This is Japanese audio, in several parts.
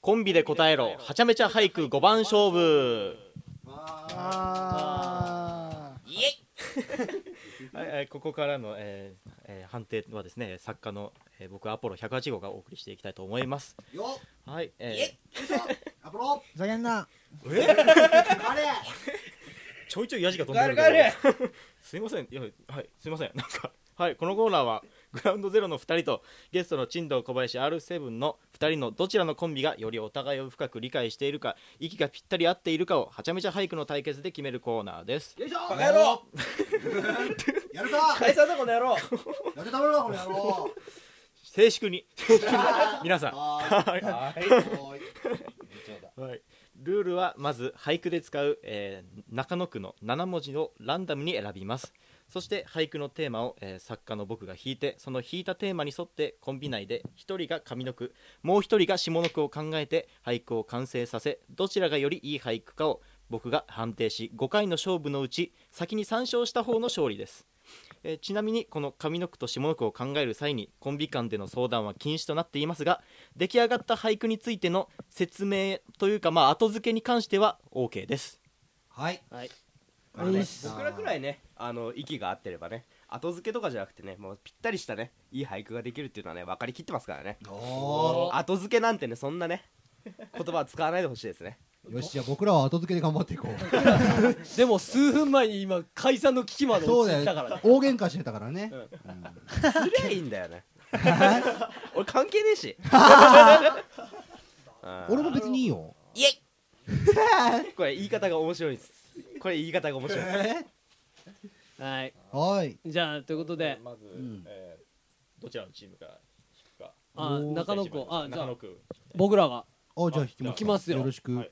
コンビで答えろはちゃめちゃ俳句5番勝負あイエイはいはい、ここからの、えーえー判定はですね作家の、えー僕アポロ108号がお送りしていきたいと思いますよっはい、イエえアポローざけんなあれーちょいちょいヤジが飛んでるんだガけど すいませんいやはいすいませんなんかはいこのコーナーはグラウンドゼロの2人とゲストの珍道小林 R7 の2人のどちらのコンビがよりお互いを深く理解しているか息がぴったり合っているかをはちゃめちゃ俳句の対決で決めるコーナーですよいしょバカ野郎やるか解散だこの野郎やるためだこの野郎静粛に皆さんははいーいはーいはい、ルールはまず俳句で使う、えー中野区の7文字をランダムに選びますそして俳句のテーマを、えー作家の僕が引いてその引いたテーマに沿ってコンビ内で1人が上の句もう1人が下の句を考えて俳句を完成させどちらがよりいい俳句かを僕が判定し5回の勝負のうち先に3勝した方の勝利ですえーちなみにこの上の句と下の句を考える際にコンビ間での相談は禁止となっていますが出来上がった俳句についての説明というか、まあ、後付けに関しては OK ですはいおいっす僕らくらいねあの息が合ってればね後付けとかじゃなくてねもうぴったりしたねいい俳句ができるっていうのはね分かりきってますからねお後付けなんてねそんなね言葉は使わないでほしいですねーよしじゃあ僕らは後付けで頑張っていこうでも数分前に今解散の危機までそう陥だったからよね大喧嘩してたからねすりゃいいんだよね俺関係ねえしうん俺も別にいいよイエイこれ言い方が面白いですこれ言い方が面白いですはいはいじゃあということでまず、んどちらのチームがあおー中野区をあじゃあ区僕らがあじゃあ引きます行きますよよろしくはい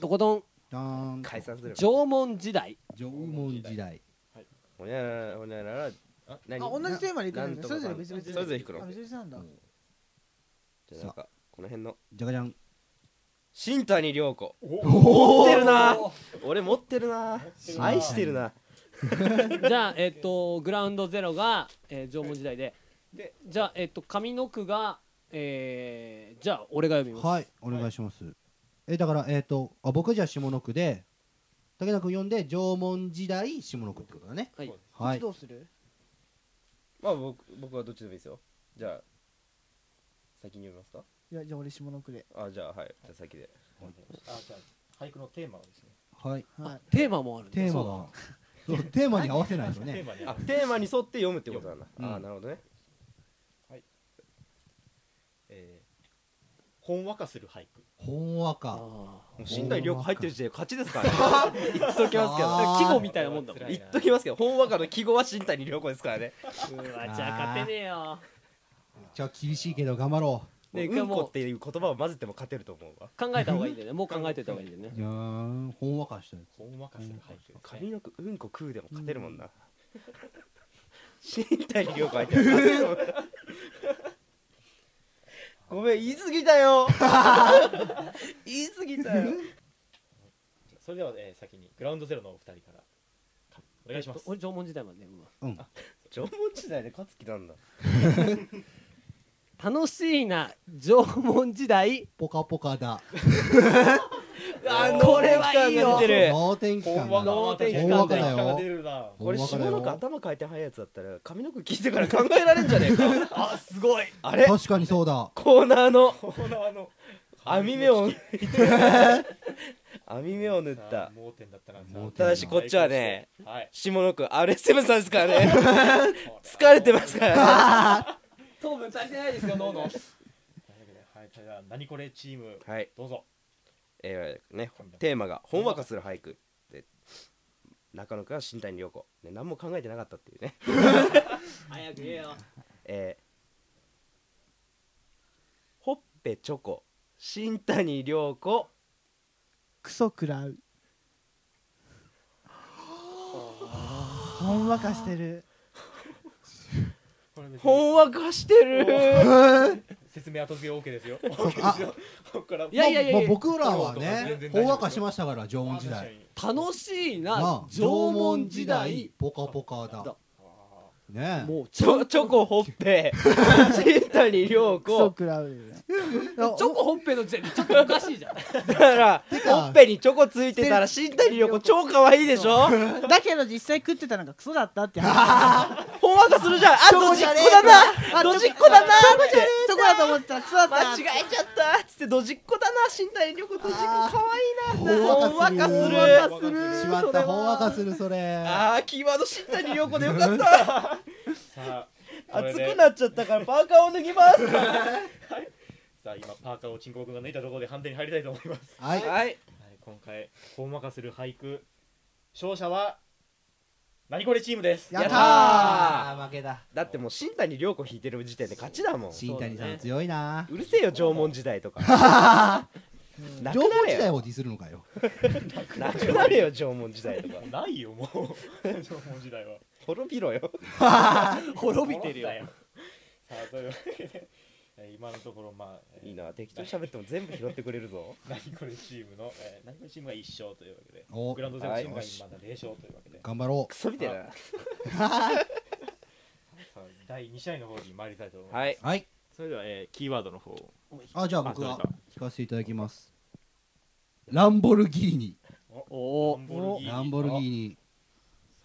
とことんダー ン解散する縄文時代縄文時代ほにゃららほにゃららああ何同じテーマでいくなんんだとかねそれぞれ別々それぞれ行くのあ別々なんだじゃあなんかこの辺のじゃがじゃん新谷涼子お持ってるな 俺持ってるな愛してるなじゃあえっとグラウンドゼロが、えー縄文時代ででじゃあえっと上の句がえーじゃあ俺が読みますはいお願いしますえだからえっとあ僕じゃあ下の句で武田君呼んで縄文時代下の句ってことだねはいはいどうするまあ僕僕はどっちでもいいですよじゃあ先に読みますかいやじゃあ俺下の句であじゃあはいじゃあ先であじゃあ俳句のテーマをですねはいはいテーマもあるんだテーマそうがそうテーマに合わせないとテ ーねマにあ テーマに沿って読むってことなんだ、うんあなるほどねえーほんわかする俳句ほんわだかあもーう新谷涼子入ってる時点で勝ちですからね 言っときますけど あー季語みたいなもんだもん言っときますけど本和歌の記号は新谷涼子ですからねうわじゃあ勝てねえよじゃあ厳しいけど頑張ろもうねうんこっていう言葉を混ぜても勝てると思うわ考えた方がいいんだよねもう考えてた方がいいんだよういねやーほんわかしたやほんわかする俳句ですね髪の毛うんこ食うでも勝てるもんな、新谷涼子入ってる勝てるもんなごめん言い過ぎたよ言い過ぎたよそれでは、えー先にグラウンドゼロのお二人からお願いします、えっと俺縄文時代まで読むわ縄文時代で勝つ気なんだ楽しいな縄文時代ポカポカだあこれはいいよ出てる脳天気感ほんだわかほんわかだよほんわか出るなほこんれわ下かだの句よ頭回転速いやつだったら髪の毛聞いてから考えられんじゃねえかあすごいあれ確かにそうだコーナーのコーナーの網目を網目を塗った盲点だったな盲点ただしこっちはねはい下の句 RSM さんですからね 疲れてますからね糖分足りてないですよ脳のはいじゃあ何これチームはいどうぞえーねテーマが「ほんわかする俳句」で中野区は新谷涼子、ね、何も考えてなかったっていうね早く言えよえー、ほっぺチョコ新谷涼子クソ食らうほんわかしてるほんわかしてる説明後付け OK ですよあここからいやいやいやもう僕らは全ね然大丈夫ほんわかしましたから縄文時代楽しいななあ縄文時代ポカポカだだねもうチちょョチョコほっぺ新谷涼クソ子クラウルチョコほっぺの時点でちょっとおかしいじゃんだからてかほっぺにチョコついてたら新谷涼子超可愛いでしょだけど実際食ってたのがクソだったって話ほんわかするじゃんあチョコドじジっ子ゃねえだなあドジっ子だなってチョコだと思ってたらクソだった間違えちゃったっつってドジっ子だな新谷涼子ドジっ子可愛いなほほんんわわかかすするるしまったほんわかするそれあーキーワード新谷涼子でよかったさあ熱これくでなっちゃったからパーカーを脱ぎますさあ今パーカーをチンコ君が抜いたところで判定に入りたいと思いますはいはいはい、今回ほんまかする俳句勝者は何これチームですややっったたあー負けだだってもう新谷涼子引いてる時点で勝ちだもん新谷さん強いなうるせえよ縄文時代と かなくな縄文時れ代よをディスるのかよなくなれよ縄文時代とかないよもう 縄文時代は滅びろよ滅びてるよ滅んださあというわけでえー今のところまあ、えーいいな適当に喋っても全部拾ってくれるぞ何これチームの、えー何これチームが1勝というわけでおグランドゼロチームがはい今まだ0勝というわけで頑張ろクソみたいなさあ第2試合の方に参りたいと思います、はい、うはいそれでは、えーキーワードの方をあじゃああ僕はどうぞ聞かせていただきますランボルギーニおランボおルギーニランボルギーニ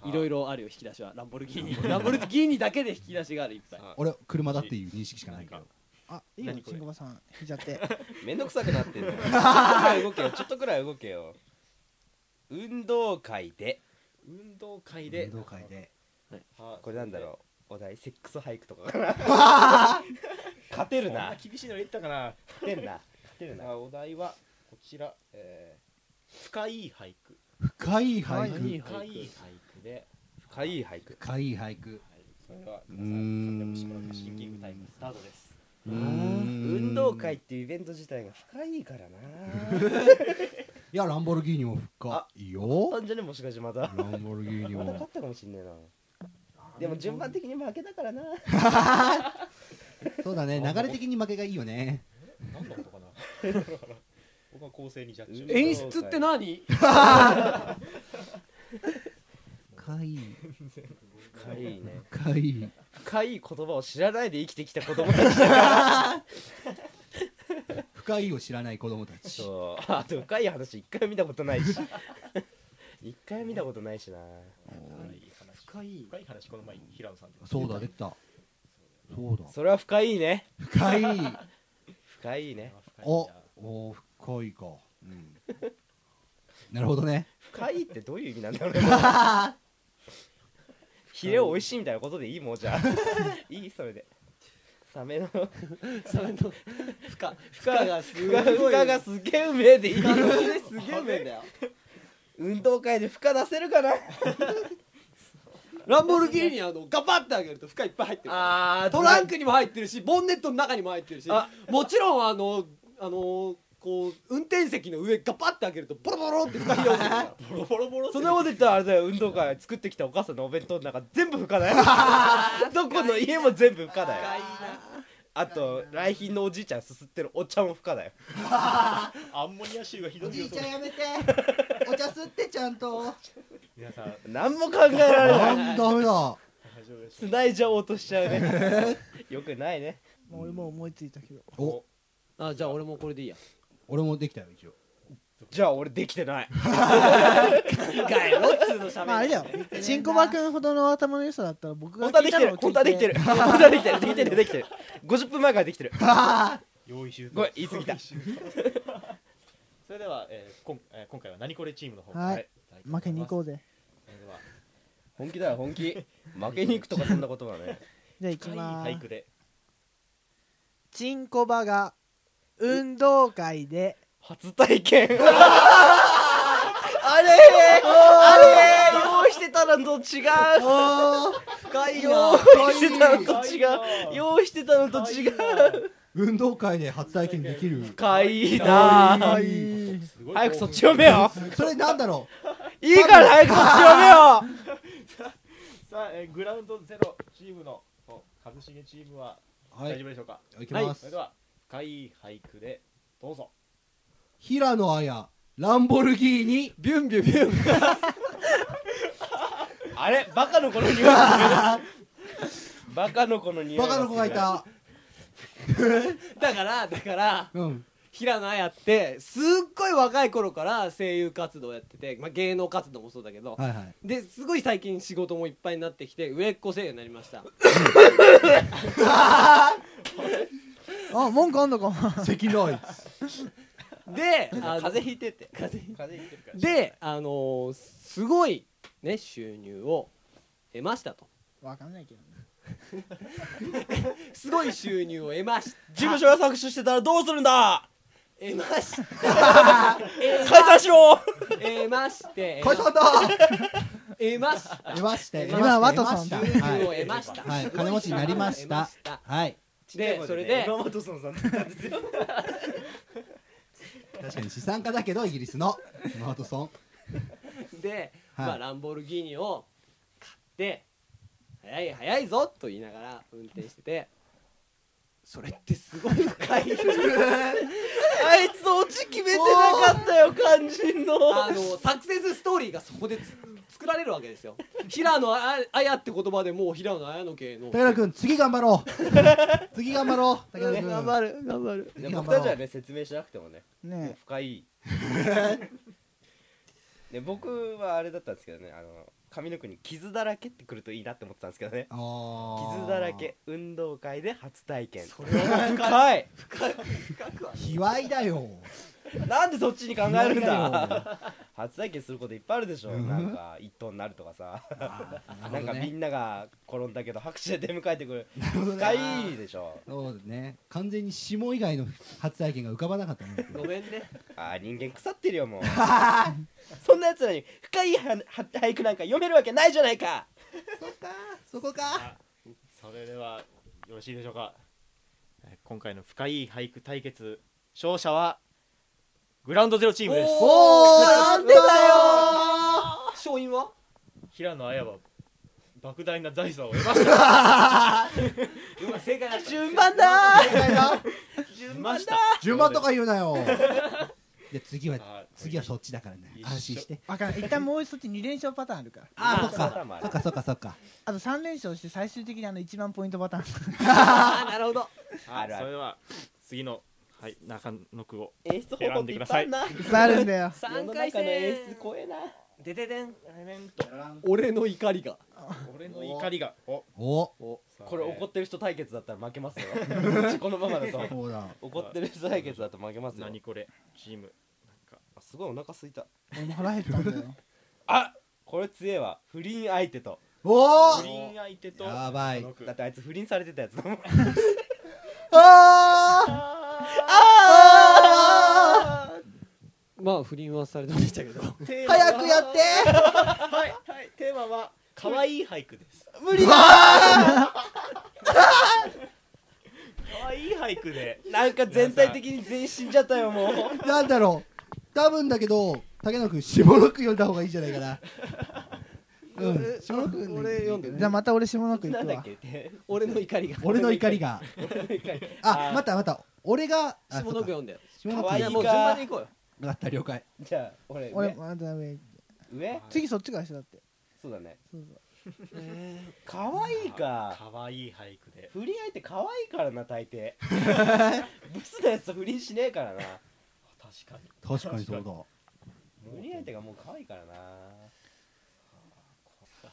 いろいろあるよ引き出しはランボルギーニランボルギーニだけで引き出しがあるいっぱいさあ俺車だっていう認識しかないけどあいいよ何こチれンコバさん引いちゃってめんどくさくなってんだよちょっとく らい動けよちょっとくらい動けよ運動会で運動会で運動会ではあこれなんだろうお題セックス俳句とかかな 勝てそるんなな厳しいの言ったかな勝てるな勝てるなさあお題はこちら、えー深い俳句深いはい俳句深深いい俳句で、かいい俳句深い俳句はい、それではうー皆さん勘弁してもらってんシンキングタイムスタートですうーん運動会っていうイベント自体が深いからないやランボルギーニも深いよあんじゃねもしかしてまたランボルギーニまたも勝ったかもしんねえなでも順番的に負けだからなそうだね流れ的に負けがいいよね何のことかな僕は構成にジャッジをうん演出って何深い深いね深い深い言葉を知らないで生きてきた子供たち深いを知らない子供た ちそうあと深い話一回見たことないし一回見たことないしな深い話深い深い話この前平野さんとそうだできたそうだそれは深いね深い深いねおお深いかうんなるほどね深いってどういう意味なんだろうヒレを美味しいみたいなことでいいもんじゃあいいそれでサメのそれ と深深深がすフごいカフカがすげえうめえでいいよ深の字ですげえ面だよ運動会でフカ出せるかなランボルギーニあのガバッてあげると深いっぱい入ってるからあトランクにも入ってるしボンネットの中にも入ってるしあもちろんあのあのこう運転席の上ガバッてあげるとボロボロって深いよボロボロボロそんなこと言ったらあれだよ運動会作ってきたお母さんのお弁当の中全部フカ だよどこの家も全部フカだよあと来賓のおじいちゃんすすってるお茶もフカだよアンモニア臭がひどいよや めてお茶吸ってちゃんと皆さん何も考えられないあんダ大メだ丈夫です繋いじゃおうとしちゃうねよくないねもう俺もう思いついたけどおあじゃあ俺もこれでいいや俺もできたよ一応じゃあ俺できてないガイロッツーの喋りまああれだよチンコバ君ほどの頭の良さだったら僕が本当は聞でいきたてのるを本当はできてる本当はできてるできてるできてる50分前からできてる用意周到ごめん言い過ぎた 用意周到それでは、えーこんえー今回は何これチームの方はいい負けに行こううぜそれでは本気だよ本気負けに行くとかそんなことはねじゃあ行き深いま俳ーす句でチンコバが運動会で初体験あれあれ用意してたのと違うあ深い用よ意してたのと違う用意してたのと違う運動会で初体験できるかいいなぁ深いすごい早くそっち読めよそれなんだろいいから早くそっち読めよさあ、えーグラウンドゼロチームのお一茂チームはうは大丈い夫でしょうか、いきまそすれでは深い俳句でどうぞ平野綾ランボルギーニビュンビュンビュンあれバカの頃にはバカの子の匂いバカの子がいただからだからうん平野やってすっごい若い頃から声優活動やってて、まあ、芸能活動もそうだけど、はいはいですごい最近仕事もいっぱいになってきて上っ子声優になりましたあ文句あんのか 赤老いであの邪ひいてって風邪ひい風邪ひいてるからであのーすごいね収入を得ましたとわかんないけどねすごい収入を得まし事務所が搾取してたらどうするんだ得まし解散しろ得まして解散だ得ました出まして今ワトソンだ出ま収した入をは得ました、い、はい、金持ちになりました得ましたはいでそれで今本さんだったんですよ確かに資産家だけどイギリスのマートソンで、はいまあ、ランボルギーニを買って早い早いぞと言いながら運転しててそれってすごい深いあいつオチ決めてなかった よ肝心のあのサクセスストーリーがそこでつ作られるわけですよ平野ああやって言葉でもう平野綾乃系の武田君次頑張 ろう次頑張ろう武田君頑張る頑張る次ね頑僕張たちろはうね説明しなくてもねもうね深いね僕はあれだったんですけどねあの髪の毛に傷だらけってくるといいなって思ってたんですけどねあー傷だらけ運動会で初体験それは深い深くはね卑猥だよ なんでそっちに考えるん 卑猥だよだ初体験することいっぱいあるでしょうんなんか一トンになるとかさあーなんかみなるんなが転んだけど拍手で出迎えてくるほどね深いでしょそうだね完全に下以外の初体験が浮かばなかったね ごめんねあー人間腐ってるよ もうそんなやつらに深いはは俳句なんか読めるわけないじゃないかそっかそこかそれではよろしいでしょうかえー今回の深い俳句対決勝者はグラウンドゼロチームですおーなんでだよ勝因は平野綾は莫大な財産を得ました今正解だった順番だー正解だ得ました順番とか言うなよで次ははい次はそっちだからね一緒安心してわかんない一旦もうそっち2連勝パターンあるからあーまあそっそうだまあかそっかそっかそっかあと3連勝して最終的にあの1万ポイントパターンあーなるほどはい あるあるそれでは次のはい中野区を演出方法っていっぱいあんないっぱいあるんだよ世3の回中戦の演出怖えなでででんと俺の怒りが俺の怒りが おおこれ怒っってる人対決だったら負けますよこのままだとそうだ怒ってる人対決だと負けますよ何これチームなんかあすごいお腹すいた俺も腹減ったんだよあこれ強えわ不倫相手とお不ー倫相手とやばい中野区だってあいつ不倫されてたやつだもんあー まあ不倫はされてましたけど早くやってはい、はい、テーマは可愛い俳句です。無理だ可愛い俳句で。 なんか全体的に全員死んじゃったよもうなんだろう多分だけど竹野君下の句読んだ方がいいんじゃないかなうん下の句俺読んでじゃあまた俺下の句な行んくだっわけって俺の怒りが俺の怒りがあまたまた俺があ下の句そうか読んで下の可愛句いやいもう順番でいこうよ分かった了解じゃあ俺俺上また上上次そっちから下だってそうだねそうそう可愛いか可愛い俳句で。不倫相手可愛いからな大抵ブスなやつと不倫しねえからな確かに。確かにそうだ不倫相手がもう可愛いからな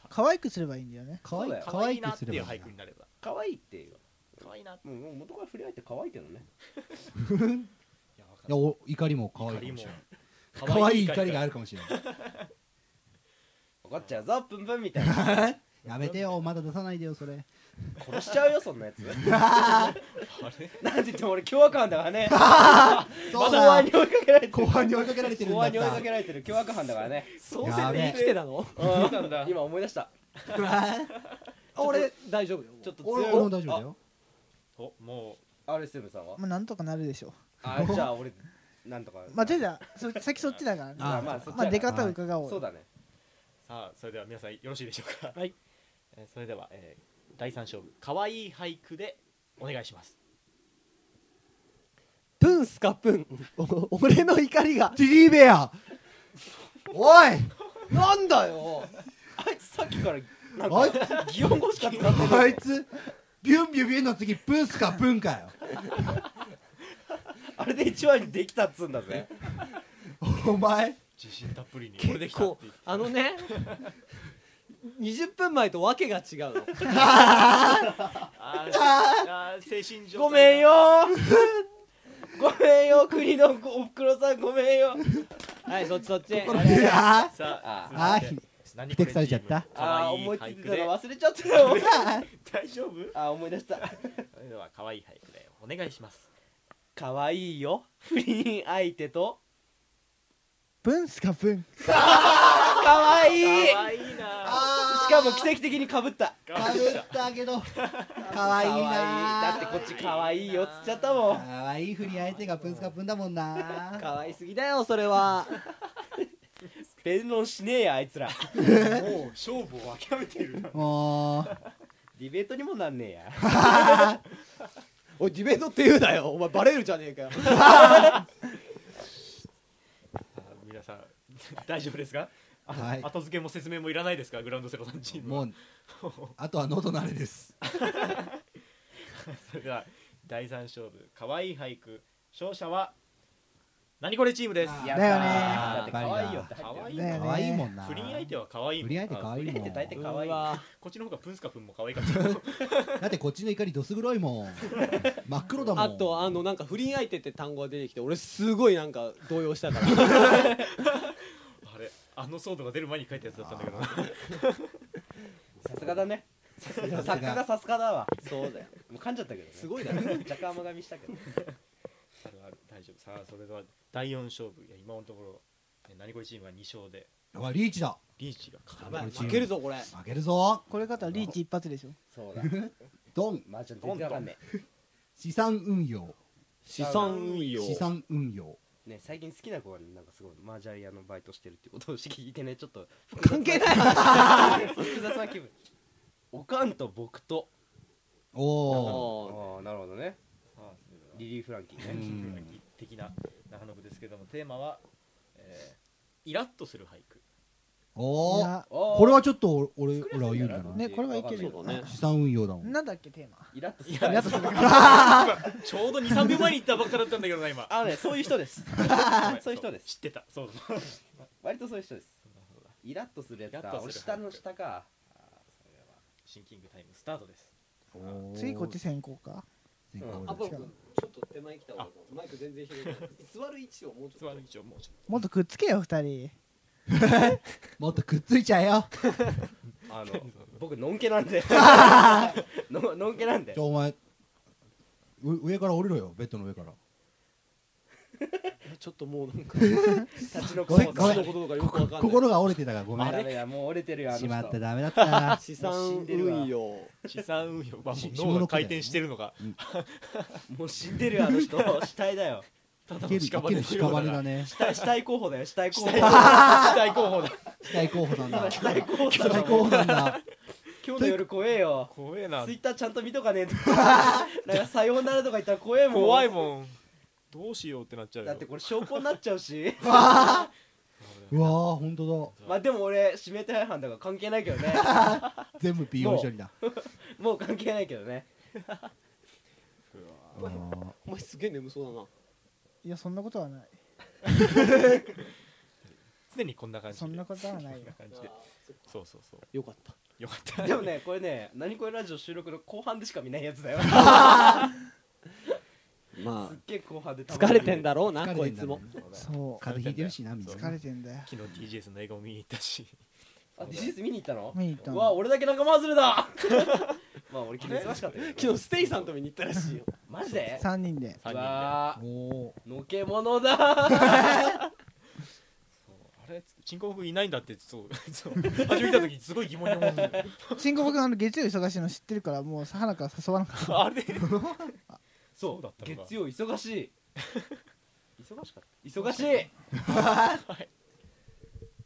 可愛くすればいいんだよね可愛そいうだよ可可愛愛いなくっすていれうばい俳い句になれば。可愛いっていう可愛いな。いもう元から不倫相手可愛いけどねや、わかないやんお怒りも可愛ない怒りいかももしれない可愛い怒りがある。るかもしれない怒っちゃうぞプンプンみたいなやめてよまだ出さないでよそれ殺しちゃうよそんなやつあれ なんて言っても俺凶悪犯だから ねそう後半だに追いかけられてる後半に追いかけられてるん後だ半に追いっかけたられてる凶悪犯だからねそうせて生きてたのそうなんだ。今思い出したあ俺大丈夫よちょっと俺強い俺も大丈夫だよ お、もあ RSM さんはまあなんとかなるでしょうあじゃあ俺なんとかまあとりあえずそ 先そっちだからねまあまあそっちだかまあら出方を伺おうそうよだねう、さあ、それでは皆さんよろしいでしょうか。はい。えーそれでは、えー第三勝負、可愛い俳句でお願いします。プンスカプンお俺の怒りがティリーベアおいなんだよあいつさっきからあいつ擬音語しか使ってないあいつビュンビュンビュンの次ブースかブンかよあれで1話にできたっつうんだぜお前自信たっぷり に結構あのね20分前とわけが違うのあーあー精神状 ご態めんよごめんよ国のおふくろさんごめんよはいそっちそっちあさあああ続いてー何ふてくされちゃったあ可あ愛い思いつい俳て句たでの忘れちゃったよ 大丈夫ああ思い出したそれでは可愛い俳句でお願いします可愛いよ不倫相手とブンスかブン可愛い可愛いなしかも奇跡的にかぶったかぶったけどかわいいなだってこっち可愛いよっつっちゃったもんかわいいふり相手がブンスかブンだもんな可愛すぎだよそれは 弁論しねえやあいつらもう勝負を諦めてるなもうディベートにもなんねえやおいディベートって言うなよお前バレるじゃねえかよ皆 さん大丈夫ですかあはい後付けも説明もいらないですかグラウンドセロさんチームはもうあとは喉のあれですそれでは第三勝負可愛い俳句勝者は何これチームですあやったーだよねだって可愛いよって可愛いだよかねわいいもんな不倫相手は可愛い不倫相手かわい不い倫も相ん手大体可可愛愛いいこっちの方がプンスカプンも可愛かった だってこっちの怒りどす黒いもん真っ黒だもんあとあのなんか不倫相手って単語が出てきて俺すごいなんか動揺したからあれあのソードが出る前に書いたやつだったんだけどなさすがだね作家がさすがだわそうだよもう噛んじゃったけどねすごいだろ 若干甘噛みしたけどあるある大丈夫さあそれでは第四勝負いや今のところえ何これチームは二勝でうわリーチだリーチがかかやるばい負けるぞこれ負けるぞこれ方はリーチ一発でしょそうだドンマーちゃん全然わかんね資産運用資産運用資産運用えね最近好きな子がねなんかすごいマージャン屋のバイトしてるってことを 聞いてねちょっと関係ない複雑な気分おかんと僕とおおあおあなるほどねさあそれではリリー・フランキーねねうんブラキ的な中野区ですけどもテーマは、えーイラッとする俳句おいおやここれはちょっと俺俺は有利だなねこれはいけるーよそうだね資産運用だもんなんだっけテーマイラッとするやつちょうど23秒前に言ったばっかだったんだけどな今あのねそういう人ですごめんそういう人です知ってたそうだ割とそういう人ですイラッとするやつイラかッとする俺下の下かシンキングタイムスタートですおー次こっち先行こうか先行アだポロ君ちょっと手前来た方がいいかもマイク全然広げない座る位置をもうちつょまっとり一応もうちょっもっとくっつけよ二人もっとくっついちゃえよあの僕のんけなん でののんけなんでじゃあお前う上から降りろよベッドの上からえちょっともうなんか立ちのごめんこごめん私のこととかよくわかんない心が折れてたからごめあんれやもう折れてるよあのし人まったダメだったな資産運用と資産運用はもしう脳が回転してるのがもう死んでるよあの人死体だよたいだけのるい屍けるの屍ようだね死体死体候補だよ死体候補死体候補だ死体候補な んだ死死体候補だ体ろ候補なんだ今日の夜怖えよ怖えなツイッターちゃんと見とかねえ となんかさようならとか言ったら怖えもん怖いもんどうしようってなっちゃうよだってこれ証拠になっちゃう しうわー本当まあでも俺指名手配犯だから関係ないけ どねだ全部 P4 処理だもう関係ないけどねあーお前すげえ眠そうだないやそんなことはない常にこんな感じでそんなことはないよこんな感じでそうそうそうよかったよかっ たでもねこれね「何これラジオ」収録の後半でしか見ないやつだよますっげえ後半であ疲れてんだだろうな疲これていんつだもろうねそう風邪ひいてるしなみんな疲れてんだよ昨日 TGS の映画も見に行ったしあ TGS 見に行ったの見に行ったうわの俺だけ仲間外れ だまあ俺昨日忙しかったけど昨日ステイさんと見に行ったらしいよマジで3人でう三人であわおー ーのけ者だれ新興国いないんだってそうそう初め見た時にすごい疑問に思うんだよ慎吾僕あの月曜忙しいの知ってるからもうさはなから誘わなかっあれそうそうだったのか月曜忙しい忙しかった忙 し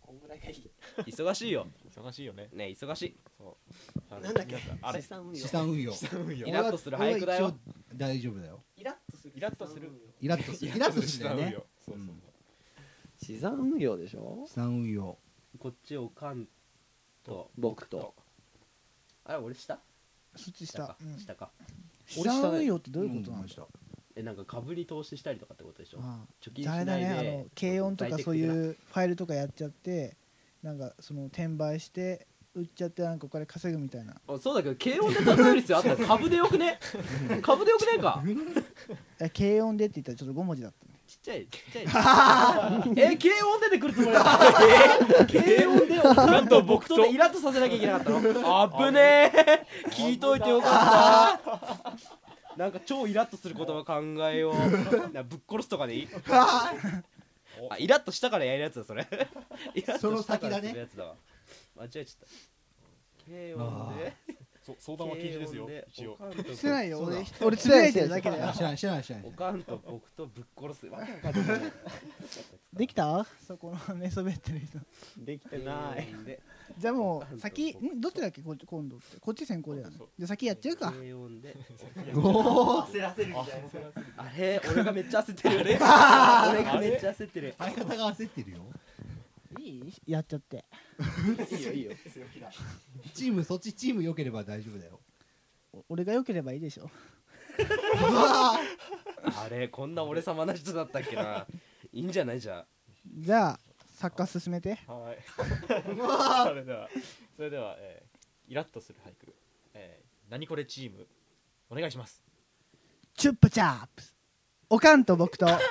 こんぐらいがいいい忙しいよ忙しいよねね忙しいあのなんだっけ皆さあれ資産運用資産運用資産運用イラッとする俳句だよ俺は一応大丈夫だよイラッとするイラッとするイラッとするイラッとするんだよねそうそう資産運用でしょ資産運用こっちおかんと僕とあれ俺下そっち下下か、うん下か下の運用ってどういうことなんでしょたえなんか株に投資したりとかってことでしょあ貯金しあなれいだで、ねあの軽音と在か宅そうい的なうファイルとかやっちゃってなんかその転売して売っちゃってなんかお金稼ぐみたいなあそうだけど軽音で例える必要あ った株でよくね株でよくねえかえ軽音でって言ったらちょっと5文字だったねちっちゃいちっちゃ いえ軽音出てくるつもり だった軽音でなんと僕とイラッとさせなきゃいけなかったのあぶねえ聞いといてよかったなんか超イラッとする言葉考えようなぶっ殺すとか でいいあイラッとしたからやるやつだそれイラッとしたからその先だねするやつだわ間違えちゃった軽音でそ相談は禁止ですよ一応してないよそうだ俺俺つぶやいてるだけだよあ知らない知らない知らないおかんと僕とぶっ殺すわけわかんないできたそこの寝そべってる人できてない軽音でじゃあもう先んどっちだっけこ今度ってこっち先行だよねじゃあ先やっちゃうか軽音でお焦らせるみたいなあれ俺がめっちゃ焦ってる 俺がめっちゃ焦ってる相方が焦ってるよいいやっちゃっていいよいいよチームそっちチーム良ければ大丈夫だよお俺が良ければいいでしょあれこんな俺様な人だったっけないいんじゃないじゃんじゃあサッカー進めてはいそれではそれでは、えーイラッとする俳句、えー、何これチームお願いしますチュッパチャープスおかんと僕 と抱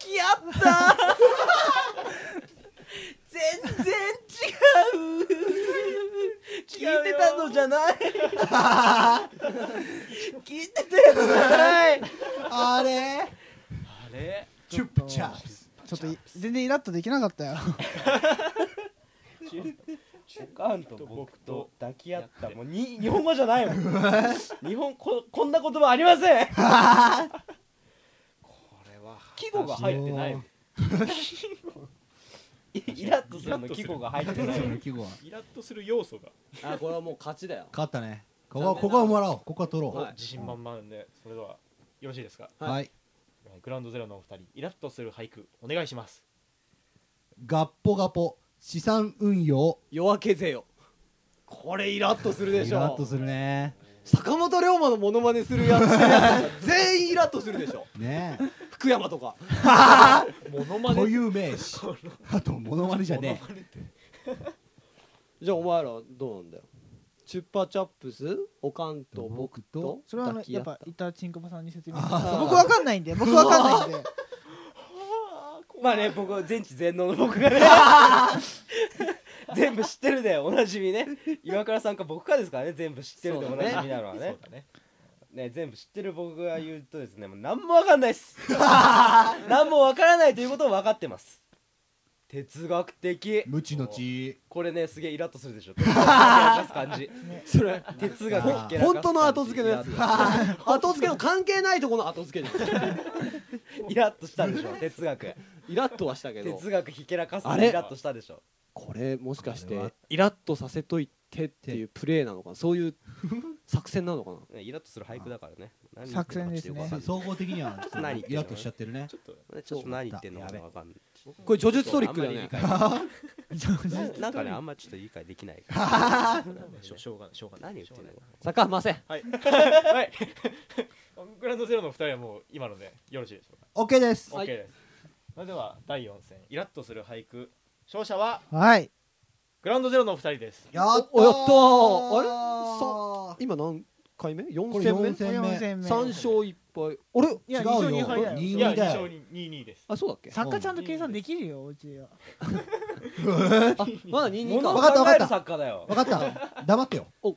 き合った全然違う聞いてたのじゃない聞いてたのじゃないあれあれチュップチャースちょっとい全然イラッとできなかったよおかんと僕と抱き合ったもうに日本語じゃないも ん日本ここんな言葉ありませんこれは季語が入ってないも んイイラッとするの季語が入ってないもん季語はイラッとする要素があこれはもう勝ちだよ勝ったねここはここはもらおうここは取ろうはい自信満々でそれではよろしいですかはい、はいグラウンドゼロのお二人イラッとする俳句お願いしますガッポガポ資産運用夜明けぜよこれイラッとするでイしょラッとするね坂本龍馬のモノマネするやつ 全員イラッとするでしょねえ福山と かモノマ固ネ有名詞あとモノマネじゃねじゃあお前らどうなんだよチュッパチャップスおかんと僕とそれはあの抱き合やっったぱいたちんこばさんに説明してあー僕わかんないんで僕わかんないんでまあね僕全知全能の僕がね全部知ってるでおなじみね岩倉さんか僕かですからね全部知ってるでおなじみなのはねそうだねね、全部知ってる僕が言うとですねもう何も分かんないっす何も分からないということを分かってます哲学的え無知の知これねすげえイラッとするでしょ哲学が出す感じそれ哲学が出す感じ本当の後付けのやつイラ後付けの関係ないとこの後付けじゃんッイラッとしたでしょ 哲学イラッとはしたけど哲学ひけらかすのあれイラッとしたでしょこれもしかしこれはてイラッとさせといてっていうプレーなのかなそういう作戦なのかなねイラッとする俳句だからね何言って作る戦のかでちすょっとよくわかんない総ね合的にはと何言ってんのイラッとしちゃってるねちょっとねちょっと何言ってんのかやべ分かんないこれ叙述トリックだあんまりね理解実ななんかねあんまちょっと理解できないしょしょうがないしょうがな何い言ってんの坂ませんはいグラウンドゼロのお二人はもう今のでよろしいでしょうか OK ですオッケーですそれでは第四戦イラッとする俳句勝者は はいグラウンドゼロのお二人ですやったおやったーあれあ今何回目これ ?4 戦目4戦4目戦目三勝1敗あれいや違う二勝よ二敗だよ二い二やだ勝よに二二ですあそうだっけ作家ちゃんと計算できるよおうちはあまだ22物をわかかった考わかえったる作家だよ分かった黙ってよお